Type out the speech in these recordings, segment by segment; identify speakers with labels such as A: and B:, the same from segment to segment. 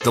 A: The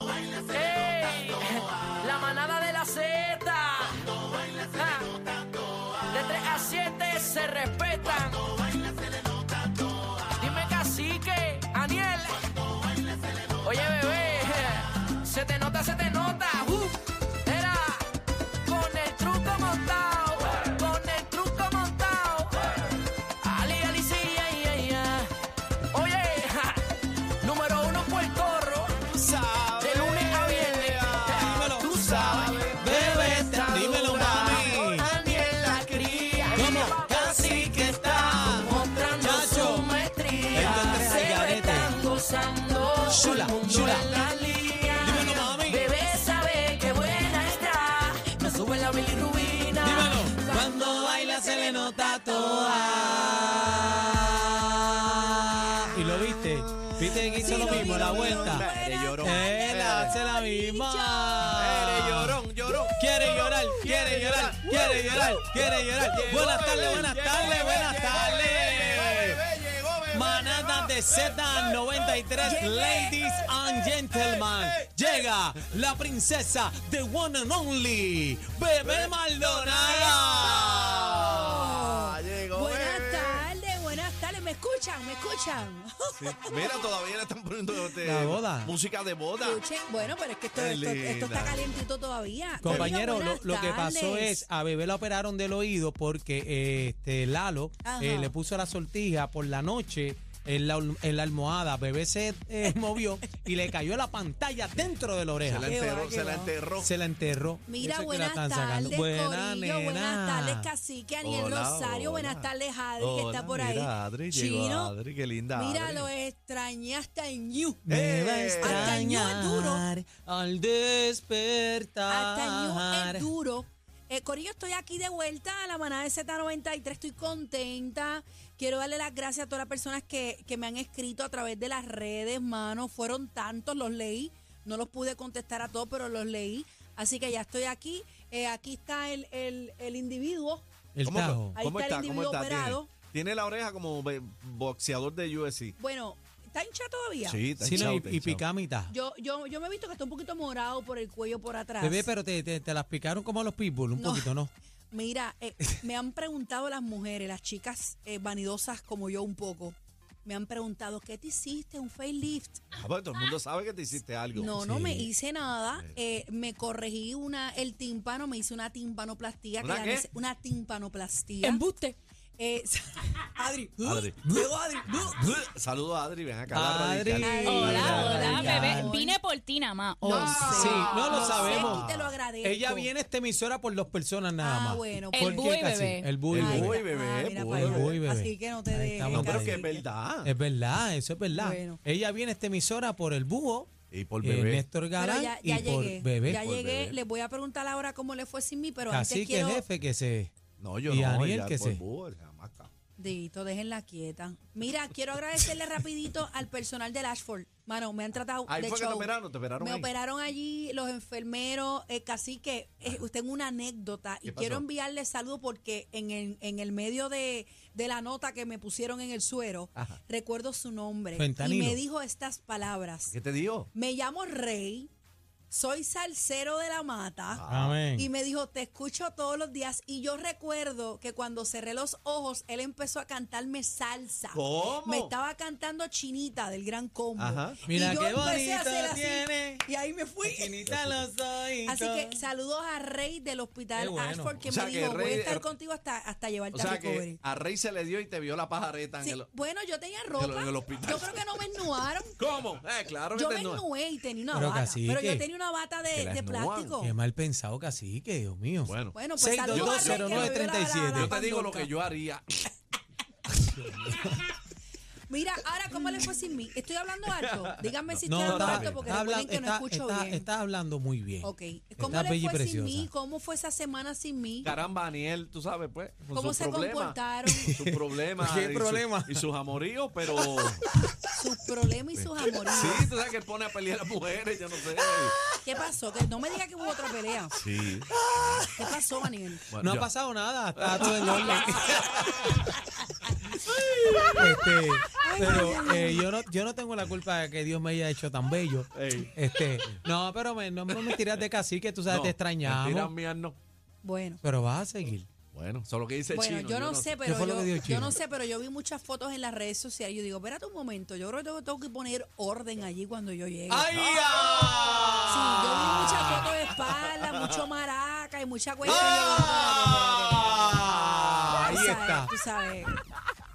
B: ¡Ey! La manada de la Z. Ja. De 3 a 7 se respetan. Dime cacique, Aniel. Oye, bebé. Se te nota, se te nota. Uh, Era con el truco montado. Con el truco montado. Ali, Ali, sí, ay, ay, ay. Oye, ja. número uno Puerto Rico. De lunes a viernes. ah, Tú sabes, bebé, dímelo mami. Daniel la cría. Como casi que está mostrando su maestría. Se me están gozando. Chula, chula. Dímelo mami. Bebé sabe que buena está. Me sube la bilirrubina. Dímelo. Cuando baila se le nota toda.
C: Y lo viste. Viste que hizo lo mismo, la vuelta.
D: Eres llorón.
C: Él hace la
D: Eres
C: misma.
D: llorón, llorón.
C: Quiere llorar, quiere llorar, quiere llorar, quiere llorar.
D: Llegó,
C: Buenas tardes,
D: bebé,
C: buenas
D: llegó,
C: tardes,
D: bebé,
C: buenas
D: llegó, bebé,
C: tardes.
D: bebé, llegó, bebé,
C: Manada de
D: bebé,
C: Z93, ladies and gentlemen. Llega la princesa de One and Only, Bebé Maldonado.
D: Ah, llegó,
E: Buenas
D: bebé.
E: tardes, buenas tardes. ¿Me escuchan? ¿Me escuchan?
D: Mira, todavía le están poniendo este,
C: La boda.
D: música de boda.
E: Escuchen. Bueno, pero es que esto,
D: Qué
E: esto- esto
D: linda.
E: está calientito todavía.
C: Compañero,
E: Oiga,
C: lo,
E: buenas
C: lo que pasó
E: tardes.
C: es, a Bebé la operaron del oído porque eh, este Lalo
E: Ajá.
C: eh, le puso la sortija por la noche en la, ol- en la almohada. Bebé se eh, movió y le cayó la pantalla dentro de la
D: Se
C: oreja.
D: la
E: Qué
D: enterró,
E: va,
D: se
E: qué
D: la
E: va.
D: enterró.
C: Se la enterró.
E: Mira,
C: Eso que la
E: buenas
C: están sacando.
E: tardes,
C: Buena,
E: Corillo.
C: nena.
E: Buenas tardes, Cacique, Aniel
D: Hola,
E: Rosario.
D: hola.
E: Buenas tardes, Adri, que
D: Hola,
E: está por ahí.
D: Mira, Adri, llegó
E: Chino,
D: Adri, qué linda.
E: mira,
D: Adri.
E: lo extrañaste en You.
C: Me va a
D: Eh.
E: Hasta el ñu es duro.
C: extrañar al despertar.
E: Hasta el Ñu es duro. Eh, Corillo, estoy aquí de vuelta a la manada de Z93. Estoy contenta. Quiero darle las gracias a todas las personas que, que me han escrito a través de las redes, mano. Fueron tantos, los leí. No los pude contestar a todos, pero los leí. Así que ya estoy aquí. Eh, aquí está el, el- el individuo.
C: El
D: ¿Cómo,
C: tajo.
E: Ahí
D: ¿Cómo
E: está el
D: está? ¿Cómo
E: individuo
D: está? Tiene,
E: operado.
D: tiene la oreja como be- boxeador de UFC.
E: Bueno, ¿está hincha todavía?
D: está
C: Sí, no,
D: hinchado,
C: y,
D: está
C: y
D: hinchado.
C: picamita.
E: Yo, yo, yo me he visto que está un poquito morado por el cuello por atrás.
C: Bebé, pero te, te, te las picaron como a los pitbull, un
E: No.
C: poquito, ¿no?
E: Mira, eh, me han preguntado las mujeres, las chicas eh, vanidosas como yo un poco, me han preguntado, ¿qué te hiciste? ¿Un facelift?
D: Ah, pero todo el mundo sabe que te hiciste algo.
E: No, no
C: Sí.
E: me hice nada. Eh, me corregí una, el tímpano, me hice una timpanoplastía. que
D: ¿Una
E: la
D: qué?
E: nece- una timpanoplastia. Eh, Adri.
D: Adri.
E: Luego Adri. ¿Eh?
D: Saludos a Adri, ven acá. la
C: Adri.
D: radical.
F: Hola,
E: Ay,
F: hola,
E: ay,
F: bebé.
E: ay.
F: Vine por ti nada más.
E: No
F: hoy.
E: sé,
C: Oh, Sí, no lo
E: sé,
C: sabemos.
E: y te lo agradezco.
C: Ella viene a esta emisora por dos personas nada
E: Ah,
C: más.
E: bueno,
C: ¿Por
E: pues.
F: El
C: qué,
F: buey,
C: Cacique?
F: bebé.
C: El buey,
D: El
C: bebé.
D: buey,
E: ah,
D: bebé,
E: mira,
D: buey,
E: para allá.
C: buey, bebé.
E: Así que no te
C: Ahí
E: dejes.
C: estamos.
D: No, pero que
E: cacique.
D: es verdad.
C: Es verdad, eso es verdad.
E: Bueno.
C: Ella viene a esta emisora por el búho,
D: Y por
C: eh,
D: bebé.
C: Néstor
E: Pero
C: Galán
E: ya,
C: y
E: ya
C: por
E: llegué.
C: bebé.
E: ya
D: Por
E: llegué.
D: bebé.
E: Les voy a preguntar ahora cómo le fue sin mí, pero
C: Así
E: antes
C: que
E: quiero.
C: jefe que se...
D: No, yo
C: Y
D: no.
C: Aniel,
D: ella
C: que
D: por
C: sí.
D: búho, la hamaca.
E: Dito, déjenla quieta. Mira, quiero agradecerle rapidito al personal del Ashford. Mano, me han tratado
D: Ahí
E: de
D: fue que te
E: show.
D: operaron, te operaron
E: Me
D: ahí.
E: operaron allí los enfermeros, eh, cacique. eh, tengo una anécdota y
D: ¿Qué pasó?
E: quiero enviarle saludo porque en el, en el medio de, de la nota que me pusieron en el suero,
D: Ajá.
E: recuerdo su nombre.
C: Fentanilo.
E: Y me dijo estas palabras.
D: ¿Qué te dijo?
E: Me llamo Rey, soy salsero de la mata.
D: Ah.
C: Amén.
E: Y me dijo, te escucho todos los días. Y yo recuerdo que cuando cerré los ojos, él empezó a cantarme salsa.
D: ¿Cómo?
E: Me estaba cantando Chinita del Gran Combo.
D: Ajá.
E: Y
C: Mira
E: yo
C: qué
E: empecé a
C: bonito
E: hacer así,
C: tiene.
E: Y ahí me fui.
C: Chinita los ojitos.
E: Así que saludos a Rey del
C: Qué
E: hospital
C: bueno.
E: Ashford que
D: O sea,
E: me
D: que
E: dijo, voy
D: Rey-
E: a estar contigo hasta, hasta llevarte
D: O sea
E: a recovery.
D: que a Rey se le dio y te vio la pajareta en
E: Sí,
D: el...
E: bueno, yo tenía
D: el-
E: ropa.
D: en el hospital.
E: Yo creo que no me ennuaron.
D: ¿Cómo? Eh, claro que
E: Yo
D: te
E: me
D: no-
E: ennué y tenía una
C: Pero
E: bata. Pero
C: cacique,
E: yo tenía una bata
D: que
E: de,
D: la
E: de
D: ennuaban.
E: plástico.
C: Qué mal pensado Cacique, Dios mío.
D: Bueno,
E: Bueno, pues saludos a Rey, que me vio la- la- la
C: 6220937.
D: yo te digo lo
E: pandonca.
D: que yo haría.
E: Mira, ahora, ¿cómo le fue sin mí? ¿Estoy hablando alto? Díganme si estoy
C: No,
E: hablando
C: está-
E: alto porque
C: está
E: recuerden
C: hablando-
E: que no
C: está-
E: escucho
C: está-
E: bien.
C: está hablando muy bien.
E: ok.
C: Está
E: ¿Cómo le
C: bella y
E: fue sin
C: preciosa.
E: mí? ¿Cómo fue esa semana sin mí?
D: Caramba, Aniel, tú sabes, pues. con
E: ¿Cómo
D: sus
E: se
D: problemas,
E: comportaron?
D: Sus problemas.
C: ¿Qué
D: y su-
C: problema?
D: y sus amoríos, pero.
E: Sus problemas y sus amoríos.
D: Sí, tú sabes que él pone a pelear a las mujeres, yo no sé.
E: ¿Qué pasó? Que no me diga que hubo otra pelea.
D: Sí.
E: ¿Qué pasó, Daniel?
D: Bueno,
C: No ha
D: ya.
C: pasado nada, está todo en orden. Este, pero eh, yo, no, yo no tengo la culpa de que Dios me haya hecho tan bello.
D: Ey.
C: Este, no, pero me, no, no me tiras de cacique, tú sabes,
D: No,
C: te extrañamos.
D: mentiras mías no.
E: Bueno.
C: Pero vas a seguir.
D: Bueno, solo que dice
E: Bueno,
D: chino.
E: yo no sé, pero
C: fue lo
E: yo,
C: que dijo
E: yo
C: Chino?
E: no sé, pero yo vi muchas fotos en las redes sociales. Yo digo, espérate un momento, yo creo que tengo- tengo que poner orden allí cuando yo llegue.
C: ¡Ay!
E: Sí, yo vi muchas
D: Ah.
E: fotos de espalda, mucho maraca y mucha cuestión. Yo digo,
C: Ah,
E: espérate,
C: ahí
E: espérate, espérate,
C: está.
E: tú sabes, Tú sabes.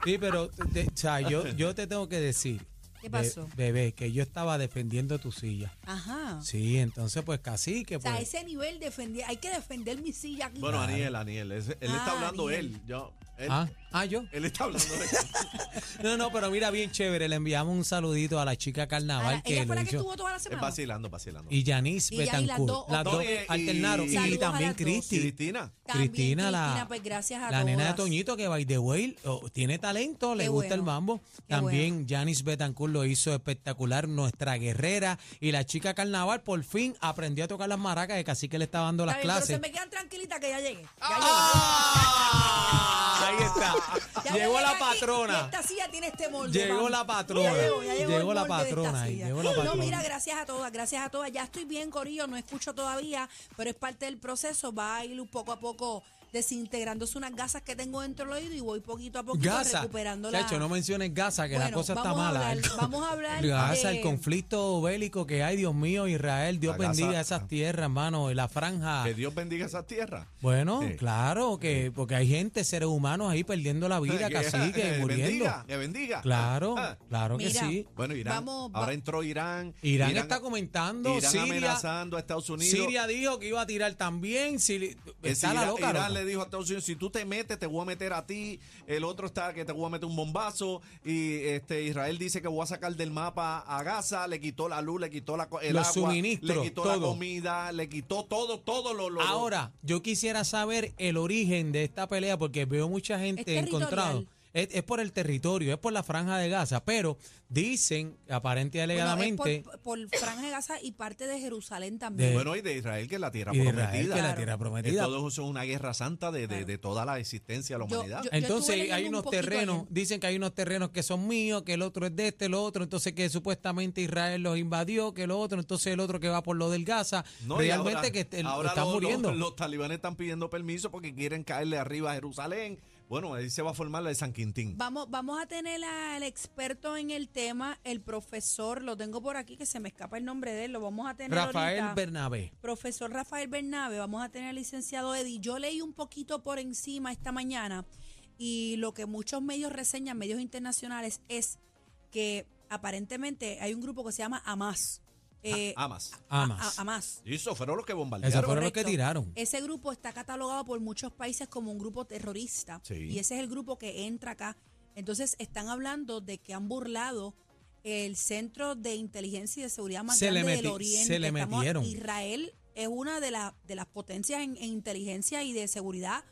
C: Sí, pero te- o sea, yo, yo te tengo que decir.
E: ¿Qué
C: be-
E: pasó?
C: bebé, que yo estaba defendiendo tu silla.
E: Ajá.
C: Sí, entonces pues cacique.
E: O sea, a
C: Pues,
E: ese nivel defender, hay que defender mi silla aquí.
D: Bueno, Aniel, Aniel. es- él
E: Ah,
D: está hablando
E: Aniel.
D: él. Yo, él,
C: ah, ah, yo.
D: él está hablando él.
C: No, no, pero mira, bien chévere. Le enviamos un saludito a la chica
E: Ahora,
C: carnaval que
E: ella fue
C: lo
E: la que
C: hizo.
E: estuvo toda la
D: Es
E: semana.
D: vacilando, vacilando.
C: Y Yanis
E: Y Yanis, las dos,
C: Betancourt. Las dos
D: Oye, y-
C: alternaron. Y,
E: Saludos a
C: también
E: las dos.
D: Y
C: Cristi.
D: Cristina.
E: También
C: Cristina, la,
E: Cristina, pues, gracias a
C: la nena de
E: todas.
C: Toñito que by the way oh, tiene talento, le
E: Qué
C: gusta el
E: bueno,
C: mambo.
E: qué
C: También Janice Betancourt lo hizo espectacular, nuestra guerrera y la chica carnaval por fin aprendió a tocar las maracas que casi que le estaba dando
E: Está
C: las
E: bien, pero
C: clases.
E: se me quedan tranquilitas que ya llegué. Ya
C: ¡Ah! Ahí está.
E: llegué. Ya
C: Llegó
E: llegué
C: la
E: aquí y
C: patrona.
E: esta silla tiene este molde.
C: Llegó
E: mami.
C: la patrona.
E: Ya llegó, ya llegó,
C: Llegó
E: el
C: la
E: molde de esta
C: patrona ahí,
E: silla.
C: llegó la patrona.
E: No, mira, gracias a todas, gracias a todas. Ya estoy bien, Corillo, no escucho todavía, pero es parte del proceso. Va a ir poco a poco desintegrándose unas gasas que tengo dentro del oído y voy poquito a poquito
C: Gaza.
E: recuperando la...
C: Chacho, no menciones Gaza, que la
E: Bueno,
C: cosa está
E: vamos a
C: mala.
E: hablar- vamos a hablar
C: Gaza,
E: de-
C: el conflicto bélico que hay, Dios mío, Israel, Dios
D: La Gaza- ah.
C: bendiga esas tierras, hermano, y la franja.
D: Que Dios bendiga esa tierra.
C: Bueno,
D: Sí.
C: claro, que porque hay gente, seres humanos ahí perdiendo la vida,
D: Que-
C: cacique,
D: que
C: muriendo.
D: Bendiga, que bendiga.
C: Claro,
D: Ah.
C: claro que
E: Mira,
C: sí.
D: Bueno, Irán.
E: Vamos, va-
D: ahora entró Irán.
C: Irán, está comentando,
D: Irán
C: Siria,
D: amenazando a Estados Unidos.
C: Siria dijo que iba a tirar también. Si,
D: Que
C: está
D: si
C: la
D: Irán,
C: loca,
D: Irán
C: loco.
D: le dijo a Estados Unidos, si tú te metes, te voy a meter a ti. El otro está que te voy a meter un bombazo. Y este Israel dice que voy a sacar del mapa a Gaza. Le quitó la luz, le quitó la, co- el
C: Los
D: agua,
C: suministros,
D: le quitó la
C: todo.
D: comida, le quitó todo, todo lo... lo- lo-
C: Ahora, yo quisiera saber el origen de esta pelea porque veo mucha gente
E: Es territorial.
C: encontrado. Es, es por el territorio, es por la franja de Gaza, pero dicen, aparente y
E: Bueno, es
C: alegadamente,
E: por, por Franja de Gaza y parte de Jerusalén también.
C: De-
D: Bueno, y de Israel, que es la tierra
C: eh, y de
D: prometida.
C: Israel, que la
E: Claro.
C: tierra
D: Eh,
C: prometida.
D: Todo eso es una guerra santa de, de- de toda la existencia de la
E: Yo-
D: humanidad.
E: yo- estuve
C: Entonces
E: leyendo
C: hay
E: un
C: unos
E: poquito
C: terrenos,
E: ayer.
C: dicen que hay unos terrenos que son míos, que el otro es de este, el otro, entonces que supuestamente Israel los invadió, que el otro, entonces el otro que va por lo del Gaza,
D: No, y
C: realmente
D: ahora-
C: que este-
D: ahora
C: están
D: los- los-
C: muriendo.
D: Los, talibanes están pidiendo permiso porque quieren caerle arriba a Jerusalén. Bueno, ahí se va a formar la de San Quintín. Ah,
E: Vamos, vamos a tener a- al experto en el tema, el profesor, lo tengo por aquí que se me escapa el nombre de él, lo vamos a tener
C: Rafael
E: ahorita.
C: Bernabé.
E: Profesor Rafael Bernabe, vamos a tener al licenciado Eddie. Yo leí un poquito por encima esta mañana y lo que muchos medios reseñan, medios internacionales, es que aparentemente hay un grupo que se llama Hamas. Eh,
D: Amas.
C: Ah, Hamas.
E: A- a- Hamas.
D: ah, Y eso fueron los que
C: Esos
D: bombardearon.
C: fueron los que
E: Correcto.
C: tiraron.
E: Ese grupo está catalogado por muchos países como un grupo terrorista.
D: Sí.
E: Y ese es el grupo que entra acá. Entonces están hablando de que han burlado el centro de inteligencia y de seguridad más
C: Se le
E: grande
C: meti-
E: del Oriente.
C: se le
E: Estamos-
C: metieron.
E: Israel es una de, las de las potencias en, en inteligencia y de seguridad.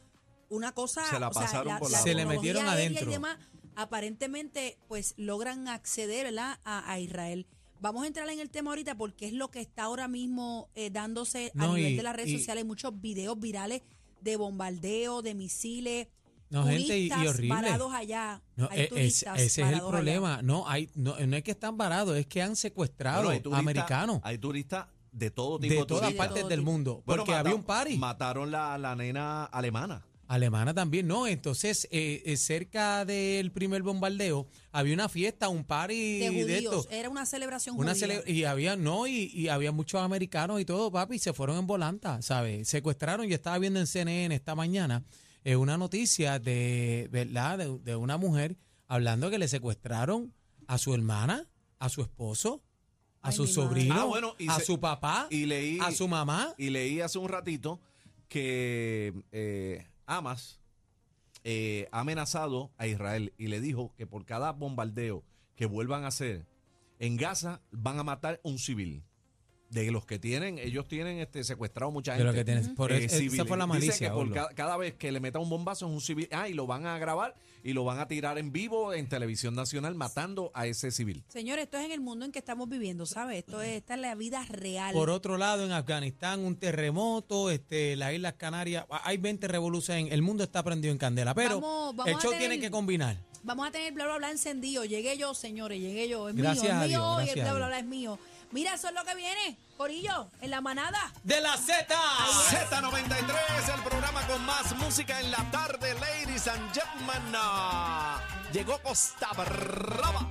E: Una cosa.
D: Se la
E: o sea,
D: pasaron por la
C: Se le
E: tecnología
C: metieron
E: aérea y
C: adentro.
E: demás, aparentemente, pues logran acceder ¿verdad? A, a Israel. Vamos a entrar en el tema ahorita porque es lo que está ahora mismo eh, dándose a
C: No,
E: nivel
C: y-
E: de las redes
C: y-
E: sociales muchos videos virales de bombardeo, de misiles,
C: No, gente, y- y
E: turistas
C: horrible.
E: parados allá.
C: No,
E: hay
C: e- es-
E: turistas
C: ese es el
E: parados allá.
C: problema. No, hay, no, no es que están varados, es que han secuestrado
D: Bueno, hay turistas-
C: americanos
D: Hay turistas de todo tipo
C: de todas
D: turistas.
E: turista.
C: partes
E: Todo
C: del
E: tipo.
C: mundo.
D: Bueno,
C: porque
D: mata-
C: había un party.
D: Mataron la, la nena alemana.
C: Alemana también, ¿no? Entonces, eh, eh, cerca del primer bombardeo, había una fiesta, un party
E: De
C: de,
E: judíos.
C: esto.
E: Era una celebración
C: Una
E: judía.
C: cele- y había, no, y, y había muchos americanos y todo, papi, y se fueron en volanta, ¿sabes? Secuestraron, yo estaba viendo en CNN esta mañana eh, una noticia de, ¿verdad? De, de una mujer hablando que le secuestraron a su hermana, a su esposo, a
E: Ay,
C: su
E: mi madre.
C: sobrino,
D: Ah, bueno, y
C: a
D: se-
C: su papá,
D: Y leí,
C: a su mamá.
D: y leí hace un ratito que eh, Hamas eh, ha amenazado a Israel y le dijo que por cada bombardeo que vuelvan a hacer en Gaza, van a matar un civil. De los que tienen, ellos tienen este, secuestrado mucha
C: De
D: gente.
C: lo que tienes. Por
D: Eh,
C: es- esa
D: civiles.
C: fue la
D: Dicen
C: malicia,
D: que por
C: Orlo.
D: ca- cada, vez que le meta un bombazo es un civil. Ah, y lo van a grabar y lo van a tirar en vivo en televisión nacional matando a ese civil.
E: Señores, esto es en el mundo en que estamos viviendo, ¿sabes? Esto es, esta es la vida real.
C: Por otro lado, en Afganistán, un terremoto, este, las Islas Canarias, ah, hay 20 revoluciones, el mundo está prendido en candela, pero
E: Vamos- vamos
C: el
E: a
C: show
E: tener-
C: tiene que combinar.
E: Vamos a tener bla bla bla encendido. Llegué yo, señores, llegué yo. Es
C: Gracias
E: mío,
C: a
E: es
C: Dios,
E: mío y
C: gracias
E: el bla
C: a Dios.
E: bla bla es mío. Mira, eso es lo que viene, Corillo, en la manada.
C: De la Z.
D: Z93, el programa con más música en la tarde, ladies and gentlemen. Ah, Llegó Costa Brava.